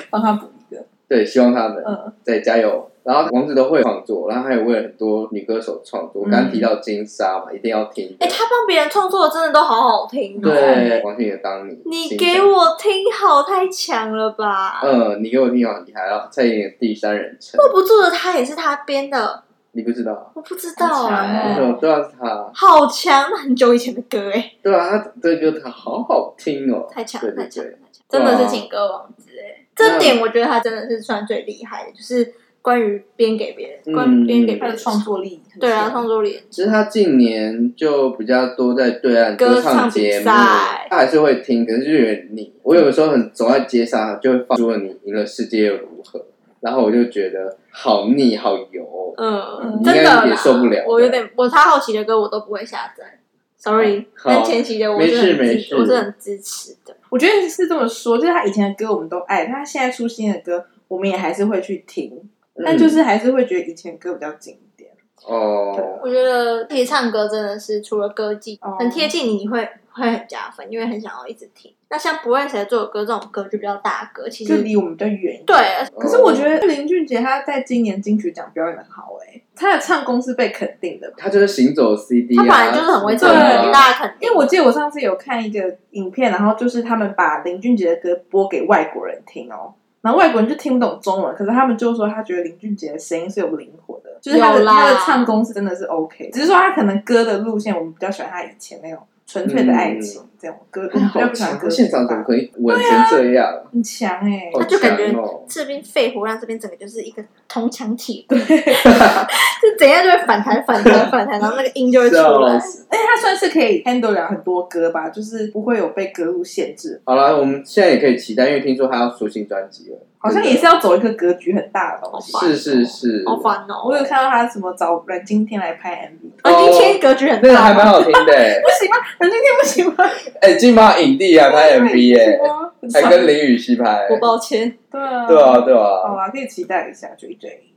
Speaker 3: 帮他补一个，
Speaker 2: 对，希望他们
Speaker 3: 嗯，
Speaker 2: 再加油。然后王子都会创作，然后还有为了很多女歌手创作。我刚刚提到金莎嘛，一定要听的
Speaker 1: 嗯哎、。他帮别人创作的真的都好好听、哦。
Speaker 2: 对，王心凌的《当你》。
Speaker 1: 你给。我听好，太强了吧！
Speaker 2: 嗯，你给我听好厉害，然后蔡依林的《第三人称》，
Speaker 1: 握不住的他也是他编的，
Speaker 2: 你不知道？
Speaker 1: 我不知道
Speaker 3: 好强
Speaker 1: 啊，
Speaker 2: 那
Speaker 3: 哦
Speaker 2: 首对啊，是他，
Speaker 1: 好强！那很久以前的歌哎，
Speaker 2: 对啊，他这个歌他好好听哦，
Speaker 1: 太强
Speaker 2: 对
Speaker 1: 了，太
Speaker 2: 对
Speaker 1: 强了，
Speaker 2: 对啊
Speaker 1: 太，强了！真的
Speaker 2: 对
Speaker 1: 是
Speaker 2: 啊
Speaker 1: 情歌王子哎，这点我觉得他真的是算最厉害的，就是关于编给别人，
Speaker 2: 嗯
Speaker 1: 关于编给别
Speaker 3: 他的
Speaker 1: 人
Speaker 3: 创。作力很强，
Speaker 1: 对啊，创作力
Speaker 2: 其实他近年就比较多在对岸歌唱节
Speaker 1: 歌唱比
Speaker 2: 目，
Speaker 1: 赛
Speaker 2: 他还是会听，可是就有点腻。我有的时候很走在街上，就会放《如果你赢了世界又如何》，然后我就觉得好腻好油哦、
Speaker 1: 嗯
Speaker 3: 嗯，
Speaker 1: 真的啦
Speaker 2: 应该也受不了
Speaker 1: 我有点，我他后期的歌我都不会下载，sorry。
Speaker 2: 好
Speaker 1: 但前期的我是很
Speaker 2: 没事
Speaker 1: 支
Speaker 2: 没事
Speaker 1: 我是很支持的。
Speaker 3: 我觉得是这么说，就是他以前的歌我们都爱，但他现在出新的歌，我们也还是会去听，
Speaker 2: 嗯
Speaker 3: 但就是还是会觉得以前歌比较经典。
Speaker 2: 哦，
Speaker 1: 我觉得自己唱歌真的是除了歌技
Speaker 3: 哦
Speaker 1: 很贴近你，你会会很加分，因为很想要一直听。那像不为谁做的歌这种歌就比较大歌，其
Speaker 3: 就
Speaker 1: 实
Speaker 3: 离我们比较远。
Speaker 1: 对，
Speaker 3: 可是我觉
Speaker 2: 哦
Speaker 3: 得林俊杰他在今年金曲奖表演的好哎、他的唱功是被肯定的。
Speaker 2: 他就是行走 CD，、
Speaker 1: 他
Speaker 2: 啊、
Speaker 1: 本来就是很会唱
Speaker 3: 对
Speaker 1: 歌，
Speaker 2: 啊
Speaker 1: 你大家肯定。
Speaker 3: 因为我记得我上次有看一个影片，然后就是他们把林俊杰的歌播给外国人听哦，然后外国人就听不懂中文，可是他们就说他觉得林俊杰的声音是有灵魂的，就是他的
Speaker 1: 有啦
Speaker 3: 他的唱功是真的是 OK，只是说他可能歌的路线我们比较喜欢他以前那种纯粹的爱情、这种歌，我
Speaker 2: 嗯哎
Speaker 3: 们比较
Speaker 2: 好
Speaker 3: 不喜欢
Speaker 2: 强，
Speaker 3: 歌
Speaker 2: 现场怎么可以稳成这样？
Speaker 3: 很强哎、
Speaker 2: 好
Speaker 1: 他就感觉
Speaker 2: 强哦，
Speaker 1: 这边肺活量这边整个就是一个铜墙铁 壁，就怎样就会反弹反弹反弹，然后那个音就会出
Speaker 2: 笑
Speaker 1: 来。
Speaker 2: 死！
Speaker 3: 而且他算是可以 handle 了很多歌吧，就是不会有被歌路限制，
Speaker 2: 好了，我们现在也可以期待，因为听说他要出新专辑了，
Speaker 3: 好像也是要走一个格局很大的东西。
Speaker 1: 好
Speaker 2: 是是是，
Speaker 1: 好烦哦！
Speaker 3: 我有看到他什么找阮经天来拍 MV，
Speaker 1: 啊，今天格局很
Speaker 2: 那个还蛮
Speaker 1: 大，
Speaker 2: 好听的、 欸。
Speaker 3: 不行吗？阮经天不行吗？
Speaker 2: 哎、金马影帝啊，拍 MV 耶、
Speaker 3: 很
Speaker 2: 还
Speaker 3: 爽
Speaker 2: 跟林雨熙拍、
Speaker 1: 啊我抱歉。
Speaker 3: 对啊，
Speaker 2: 对啊，，对
Speaker 3: 好
Speaker 2: 啊。
Speaker 3: 啦，可以期待一下追追。
Speaker 2: 嗯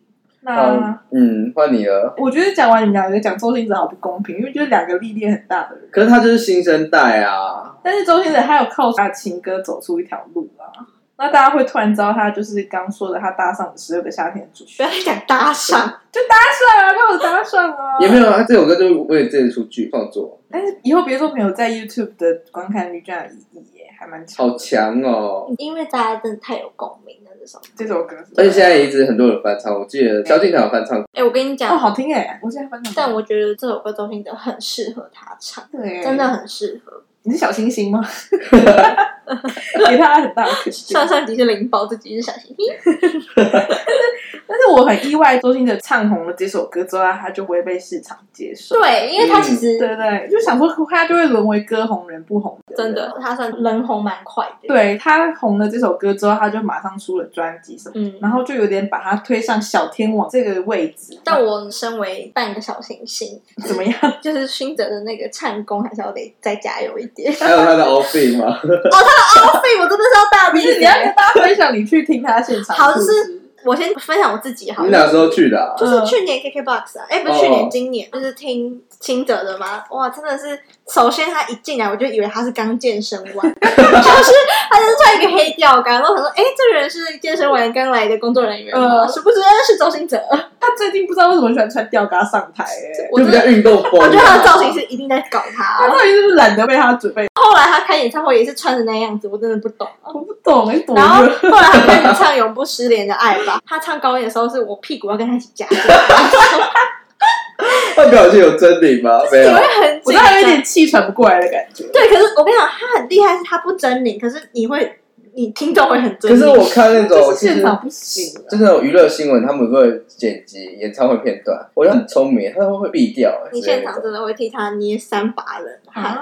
Speaker 3: 那
Speaker 2: 嗯，换你了。
Speaker 3: 我觉得讲完你们两个，讲周星驰好不公平，因为就是两个历练很大的人，
Speaker 2: 可是他就是新生代啊，
Speaker 3: 但是周星驰他有靠他的情歌走出一条路啊。那大家会突然知道他就是刚说的他搭上十二个夏天的主
Speaker 1: 不
Speaker 3: 角，
Speaker 1: 要再讲搭讪，
Speaker 3: 对啊，跟我搭上啊。
Speaker 2: 也没有他这首歌就是为了这出剧创作，
Speaker 3: 但是以后别做朋友在 YouTube 的观看率居然有一亿耶，还蛮强的
Speaker 2: 好强哦！
Speaker 1: 因为大家真的太有共鸣了这首歌。
Speaker 3: 这首歌是，
Speaker 2: 而且现在一直很多人翻唱，我记得萧敬腾有翻唱，
Speaker 1: 哎，我跟你
Speaker 3: 哦
Speaker 1: 讲，
Speaker 3: 好听哎，我现在翻唱，
Speaker 1: 但我觉得这首歌周星哲很适合他唱，
Speaker 3: 对耶
Speaker 1: 真的，很适合。
Speaker 3: 你是小 星星吗？给他很大的肯定
Speaker 1: 上。上集是啊灵宝，这集是小星星。
Speaker 3: 但是我很意外，周星驰唱红了这首歌之后，他就不会被市场接受。
Speaker 1: 对，因为他其实
Speaker 3: 对对对，就想说他就会沦为歌红人不红的
Speaker 1: 真
Speaker 3: 人
Speaker 1: 的，他算人红蛮快的。，
Speaker 3: 对他红了这首歌之后，他就马上出了专辑什么，
Speaker 1: 嗯。
Speaker 3: 然后就有点把他推上小天王这个位置。
Speaker 1: 但我身为半个小星星，
Speaker 3: 怎么样？
Speaker 1: 就是勋哲的那个唱功还是要得再加油一点。
Speaker 2: 还有他 的 All Free 吗？
Speaker 1: 费哦我真的是要大
Speaker 3: 不
Speaker 1: 逼
Speaker 3: 是你要跟大家分享你去听他现场。
Speaker 1: 好就是我先分享我自己好
Speaker 2: 你
Speaker 1: 了。
Speaker 2: 哪时候去的、啊？
Speaker 1: 就是去年 KKBOX 啊，哎、不是
Speaker 2: 哦
Speaker 1: 去年，今年就是听清哲的嘛，哇，真的是，首先他一进来我就以为他是刚健身完，就是他就是穿一个黑吊杆，然后我想说，哎、这个人是健身完刚来的工作人员吗？
Speaker 3: 嗯
Speaker 1: 殊不知是周星哲，
Speaker 3: 他最近不知道为什么喜欢穿吊嘎上台、欸，
Speaker 1: 我
Speaker 2: 就
Speaker 1: 真
Speaker 2: 比较
Speaker 1: 的。
Speaker 2: 运动风、啊。
Speaker 1: 我觉得他的造型是一定在搞他
Speaker 3: 他到，底是不是懒得为他准备？
Speaker 1: 后来他开演唱会也是穿成那样子，我真的不懂。啊
Speaker 3: 我不懂，哎，多
Speaker 1: 然后
Speaker 3: 热，
Speaker 1: 后来他开始唱《永不失联的爱》吧，他唱高音的时候是我屁股要跟他一起夹住，
Speaker 2: 他表情有真理吗？没
Speaker 1: 你
Speaker 2: 有
Speaker 1: 会。很
Speaker 3: 我
Speaker 1: 紧
Speaker 3: 都还有一
Speaker 1: 张。
Speaker 3: 点气喘不过来的感觉。
Speaker 1: 对，可是我跟你讲，他很厉害，是他不狰狞，可是你会，你听众会很尊
Speaker 2: 可
Speaker 1: 敬。
Speaker 2: 是我看那
Speaker 3: 就
Speaker 2: 种
Speaker 3: 是
Speaker 2: 其实
Speaker 3: 现场不行啊，
Speaker 2: 就是那种娱乐新闻，他们会剪辑演唱会片段，我觉得很聪明，他们会避掉。
Speaker 3: 嗯
Speaker 1: 你
Speaker 2: 之类
Speaker 1: 现
Speaker 2: 的
Speaker 1: 场真的会替他捏三把冷汗。
Speaker 3: 啊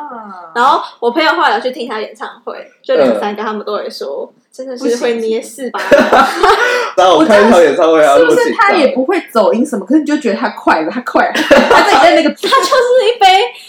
Speaker 1: 然后我朋友后来有去听他演唱会，就两
Speaker 2: 嗯
Speaker 1: 三个，他们都会说，真的是会捏四把冷汗。
Speaker 2: 然后我看一场演唱会啊还要
Speaker 3: 是
Speaker 2: 那
Speaker 3: 不
Speaker 2: 么
Speaker 3: 是
Speaker 2: 紧张，
Speaker 3: 他也不会走音什么？可是你就觉得他快了，他快 了，他自己在那个
Speaker 1: 他就是一杯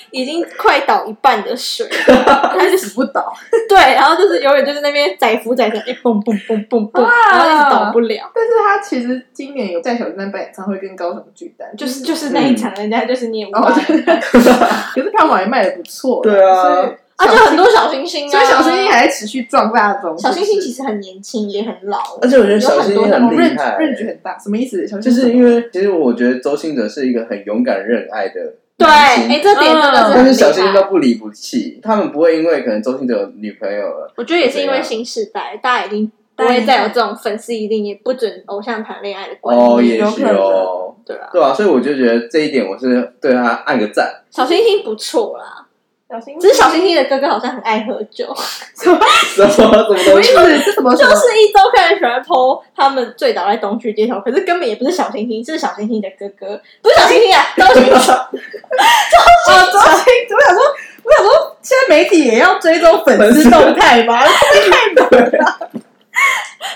Speaker 1: 已经快倒一半的水， 他就
Speaker 3: 死不倒。
Speaker 1: 对，然后就是永远就是那边载浮载沉，哎，蹦蹦蹦蹦蹦，然后一直倒不了。
Speaker 3: 但是他其实今年有在小巨蛋办演唱会，跟高雄巨蛋，
Speaker 1: 就是就是那一场，人家就是你也无法
Speaker 3: 哦，对可是票房也卖的不错，
Speaker 2: 对啊
Speaker 3: 所以
Speaker 1: 啊，就很多小星星啊，
Speaker 3: 所以小星星还在持续壮大中。
Speaker 1: 小星星
Speaker 3: 实
Speaker 1: 其实很年轻，也很老，
Speaker 2: 而且我觉得小星
Speaker 1: 有很多
Speaker 2: 星很
Speaker 1: 那种
Speaker 2: 厉
Speaker 3: 认
Speaker 2: 害，
Speaker 3: 认知很大，什么意思？小
Speaker 2: 就
Speaker 3: 星星
Speaker 2: 是因为其实我觉得周信哲是一个很勇敢认爱的，
Speaker 1: 对，哎，这点真的
Speaker 3: 嗯
Speaker 1: 很厉害
Speaker 2: 但是小星星都不离不弃，他们不会因为可能周信哲有女朋友了，
Speaker 1: 我觉得也是因为新时代，大家一定不会再有这种粉丝一定也不准偶像谈恋爱的观
Speaker 2: 哦，
Speaker 1: 念，
Speaker 2: 也
Speaker 3: 有
Speaker 2: 许
Speaker 3: 可能
Speaker 2: 哦，
Speaker 1: 对啊。
Speaker 2: 对啊，所以我就觉得这一点我是对他按个 赞，
Speaker 1: 小星星不错啦，
Speaker 3: 小星
Speaker 1: 只是小星星的哥哥好像很爱喝酒，
Speaker 2: 什么什么
Speaker 3: 什么
Speaker 2: 东
Speaker 3: 意
Speaker 2: 西，
Speaker 3: 思？是什么？
Speaker 1: 就
Speaker 3: 什么
Speaker 1: 是一周看人喜欢 PO 他们醉倒在东区街头，可是根本也不是小星星，是小星星的哥哥，不是小星 星啊，周星驰。
Speaker 3: 啊，周星， 我想说，我想说，现在媒体也要追踪粉丝动 态吧？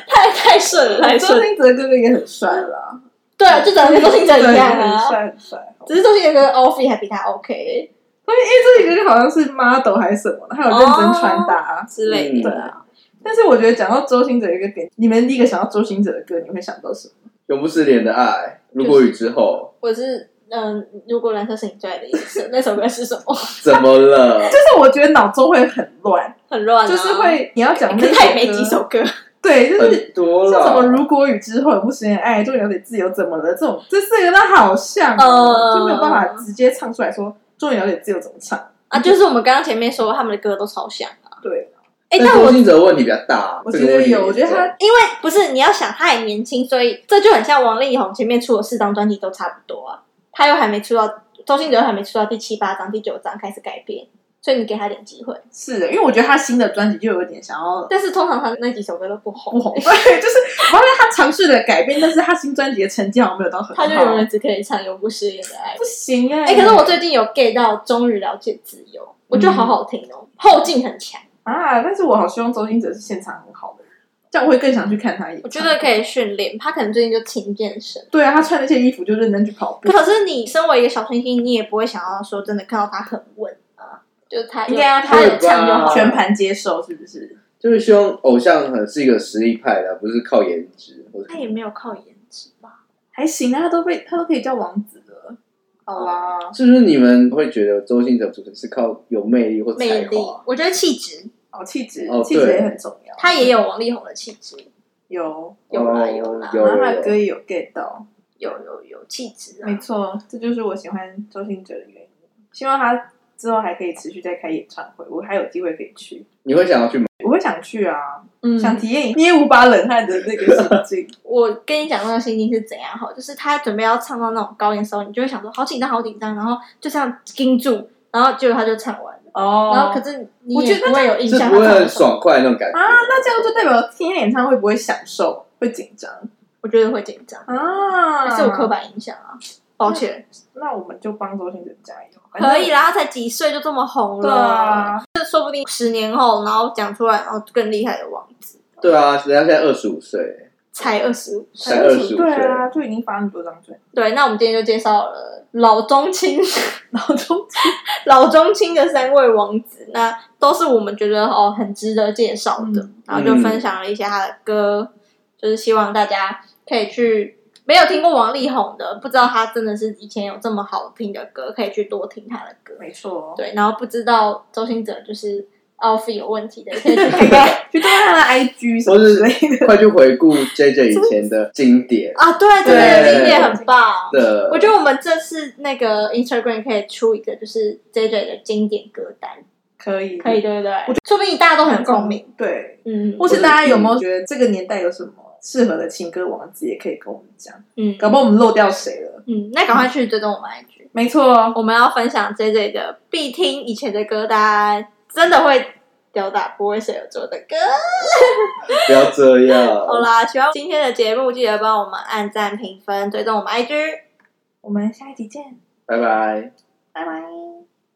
Speaker 1: 太 太顺了，太顺
Speaker 3: 周
Speaker 1: 了。
Speaker 3: 星哲哥哥也很帅啦，
Speaker 1: 对啊，就长得跟周星哲一样
Speaker 3: 很
Speaker 1: 啊，
Speaker 3: 帅很帅。
Speaker 1: 只是周星哲的 outfit 还比他 OK
Speaker 3: 因为周星哲哥好像是 model 还是什么，他有认真穿搭。
Speaker 1: 之类的。
Speaker 2: 嗯对
Speaker 1: 啊，
Speaker 3: 但是我觉得讲到周星哲一个点，你们第一个想到周星哲的歌，你会想到什么？
Speaker 2: 永不失联的爱，如果雨之后
Speaker 1: 我是嗯，如果蓝色是你最爱的颜色，那首歌是什么？
Speaker 2: 怎么了？
Speaker 3: 就是我觉得脑中会很乱，
Speaker 1: 很乱啊，
Speaker 3: 就是会你要讲
Speaker 1: 可是
Speaker 3: 那首
Speaker 1: 他
Speaker 3: 歌
Speaker 1: 也没几，首嗯歌，
Speaker 3: 对，就是
Speaker 2: 很多
Speaker 3: 像什么
Speaker 2: 了，
Speaker 3: 如果雨之后有不食言爱，终于了解自由怎么了这种，这四个都好像、啊
Speaker 1: 嗯
Speaker 3: 就没有办法直接唱出来说终于了解自由怎么唱。
Speaker 1: 啊，就是我们刚刚前面说他们的歌都超像啊。
Speaker 3: 对，
Speaker 1: 哎、
Speaker 2: 但
Speaker 1: 但
Speaker 2: 周
Speaker 1: 我
Speaker 2: 信哲问题比较大，
Speaker 3: 我
Speaker 2: 这
Speaker 3: 觉
Speaker 2: 个问
Speaker 3: 得
Speaker 2: 题
Speaker 3: 有，我觉得他
Speaker 1: 因为不是你要想他还年轻，所以 这就很像王力宏前面出的四张专辑都差不多啊，他又还没出到，周星哲又还没出到第七八张、第九张开始改编，所以你给他点机会。
Speaker 3: 是的，因为我觉得他新的专辑就有点想要
Speaker 1: 但是通常他那几首歌都不红，
Speaker 3: 不 红，对，就是我发现他尝试了改变，但是他新专辑的成绩好像没有到很好，
Speaker 1: 他就永远只可以唱《永不失联的爱
Speaker 3: 不》。行哎、
Speaker 1: 哎、可是我最近有 get 到，终于了解自由，我觉得好好听
Speaker 3: 嗯
Speaker 1: 哦，后劲很强。
Speaker 3: 啊，但是我好希望周星哲是现场很好的人，这样我会更想去看他演唱。
Speaker 1: 我觉得可以训练，他可能最近就勤健身。
Speaker 3: 对啊，他穿那些衣服就认真去跑 步，
Speaker 1: 可是你身为一个小星星，你也不会想要说真的看到他很稳啊，就是他有
Speaker 3: 应该要
Speaker 1: 他有唱就
Speaker 2: 对吧啊
Speaker 1: 好。
Speaker 3: 全盘接受是不是？
Speaker 2: 就是希望偶像很是一个实力派的，不是靠颜值。或者
Speaker 1: 他也没有靠颜值吧？
Speaker 3: 还行啊，他都被他都可以叫王子了。好啦，
Speaker 2: 是不是你们会觉得周星哲主持是靠有魅力或
Speaker 1: 魅
Speaker 2: 才
Speaker 1: 力
Speaker 2: 华？，
Speaker 1: 我觉得气质，
Speaker 3: 哦，气质
Speaker 2: 哦，
Speaker 3: 气质
Speaker 2: 对
Speaker 3: 也很重要。
Speaker 1: 他也有王力宏的气质，
Speaker 3: 有，
Speaker 1: 有啦
Speaker 2: 哦
Speaker 1: 有啊啦，
Speaker 2: 有
Speaker 3: 然后他的歌也有 get 到，
Speaker 1: 有有有气质啊
Speaker 3: 没。错，这就是我喜欢周星哲的原因。希望他之后还可以持续再开演唱会，我还有机会可以去，
Speaker 2: 你会想要去买？
Speaker 3: 我会想去啊，
Speaker 1: 嗯，
Speaker 3: 想体验捏五把冷汗的那个心 境。
Speaker 1: 我跟你讲那个心情是怎样好，就是他准备要唱到那种高音的时候，你就会想说好紧张好紧张，然后就这样盯住，然后结果他就唱完了，
Speaker 3: 哦
Speaker 1: 然后可是你
Speaker 3: 我
Speaker 1: 也
Speaker 3: 觉得
Speaker 1: 不会有印
Speaker 2: 是
Speaker 1: 象，
Speaker 2: 不会
Speaker 1: 他唱
Speaker 2: 很
Speaker 1: 了什么，
Speaker 2: 爽快那种感觉
Speaker 3: 啊，那这样就代表听演唱会不会享受，会紧张
Speaker 1: 我觉得会紧张，
Speaker 3: 啊
Speaker 1: 那是我刻板印象啊，抱歉。
Speaker 3: 那我们就帮周星哲加油，
Speaker 1: 可以。啦，他才几岁就这么红了，
Speaker 3: 对啊，
Speaker 1: 说不定十年后，然后讲出来，然后更厉害的王子，
Speaker 2: 对啊，人家现在二十 五岁，
Speaker 1: 才二十五
Speaker 2: 才
Speaker 1: 岁。
Speaker 2: 二十五
Speaker 3: 对
Speaker 2: 岁，
Speaker 3: 啊，就已经发那么多张专辑，
Speaker 1: 对，那我们今天就介绍了老中 青、
Speaker 3: 然后就
Speaker 1: 老中青的三位王子，那都是我们觉得哦很值得介绍的，
Speaker 3: 嗯
Speaker 1: 然后就分享了一些他的歌，就是希望大家可以去。没有听过王力宏的，不知道他真的是以前有这么好听的歌，可以去多听他的歌。
Speaker 3: 没错，
Speaker 1: 对，然后不知道周星哲就是奥费有问题的，可以 去
Speaker 3: 可以去动看他的 IG 什么之类的。
Speaker 2: 快去回顾 J J 以前的经 典
Speaker 1: 啊，对，这
Speaker 2: 对
Speaker 1: 个经典很棒。
Speaker 2: 的，
Speaker 1: 我觉得我们这次那个 Instagram 可以出一个就是 J J 的经典歌单，
Speaker 3: 可以，
Speaker 1: 可以，对不对？说不定大家都很有共鸣。。
Speaker 3: 对，
Speaker 1: 嗯
Speaker 3: 或是大家有没有觉得这个年代有什么适合的情歌王子，也可以跟我们讲，
Speaker 1: 嗯
Speaker 3: 搞不好我们漏掉谁了。
Speaker 1: 嗯，那赶快去追踪我们 IG，
Speaker 3: 没错，
Speaker 1: 我们要分享 J J 的必听以前的歌单，真的会吊打不会谁有做的歌。
Speaker 2: 不要这 样。
Speaker 1: 好啦，喜欢今天的节目，记得帮我们按赞、评分、追踪我们 IG，
Speaker 3: 我们下一集见，
Speaker 2: 拜拜。
Speaker 1: 拜拜。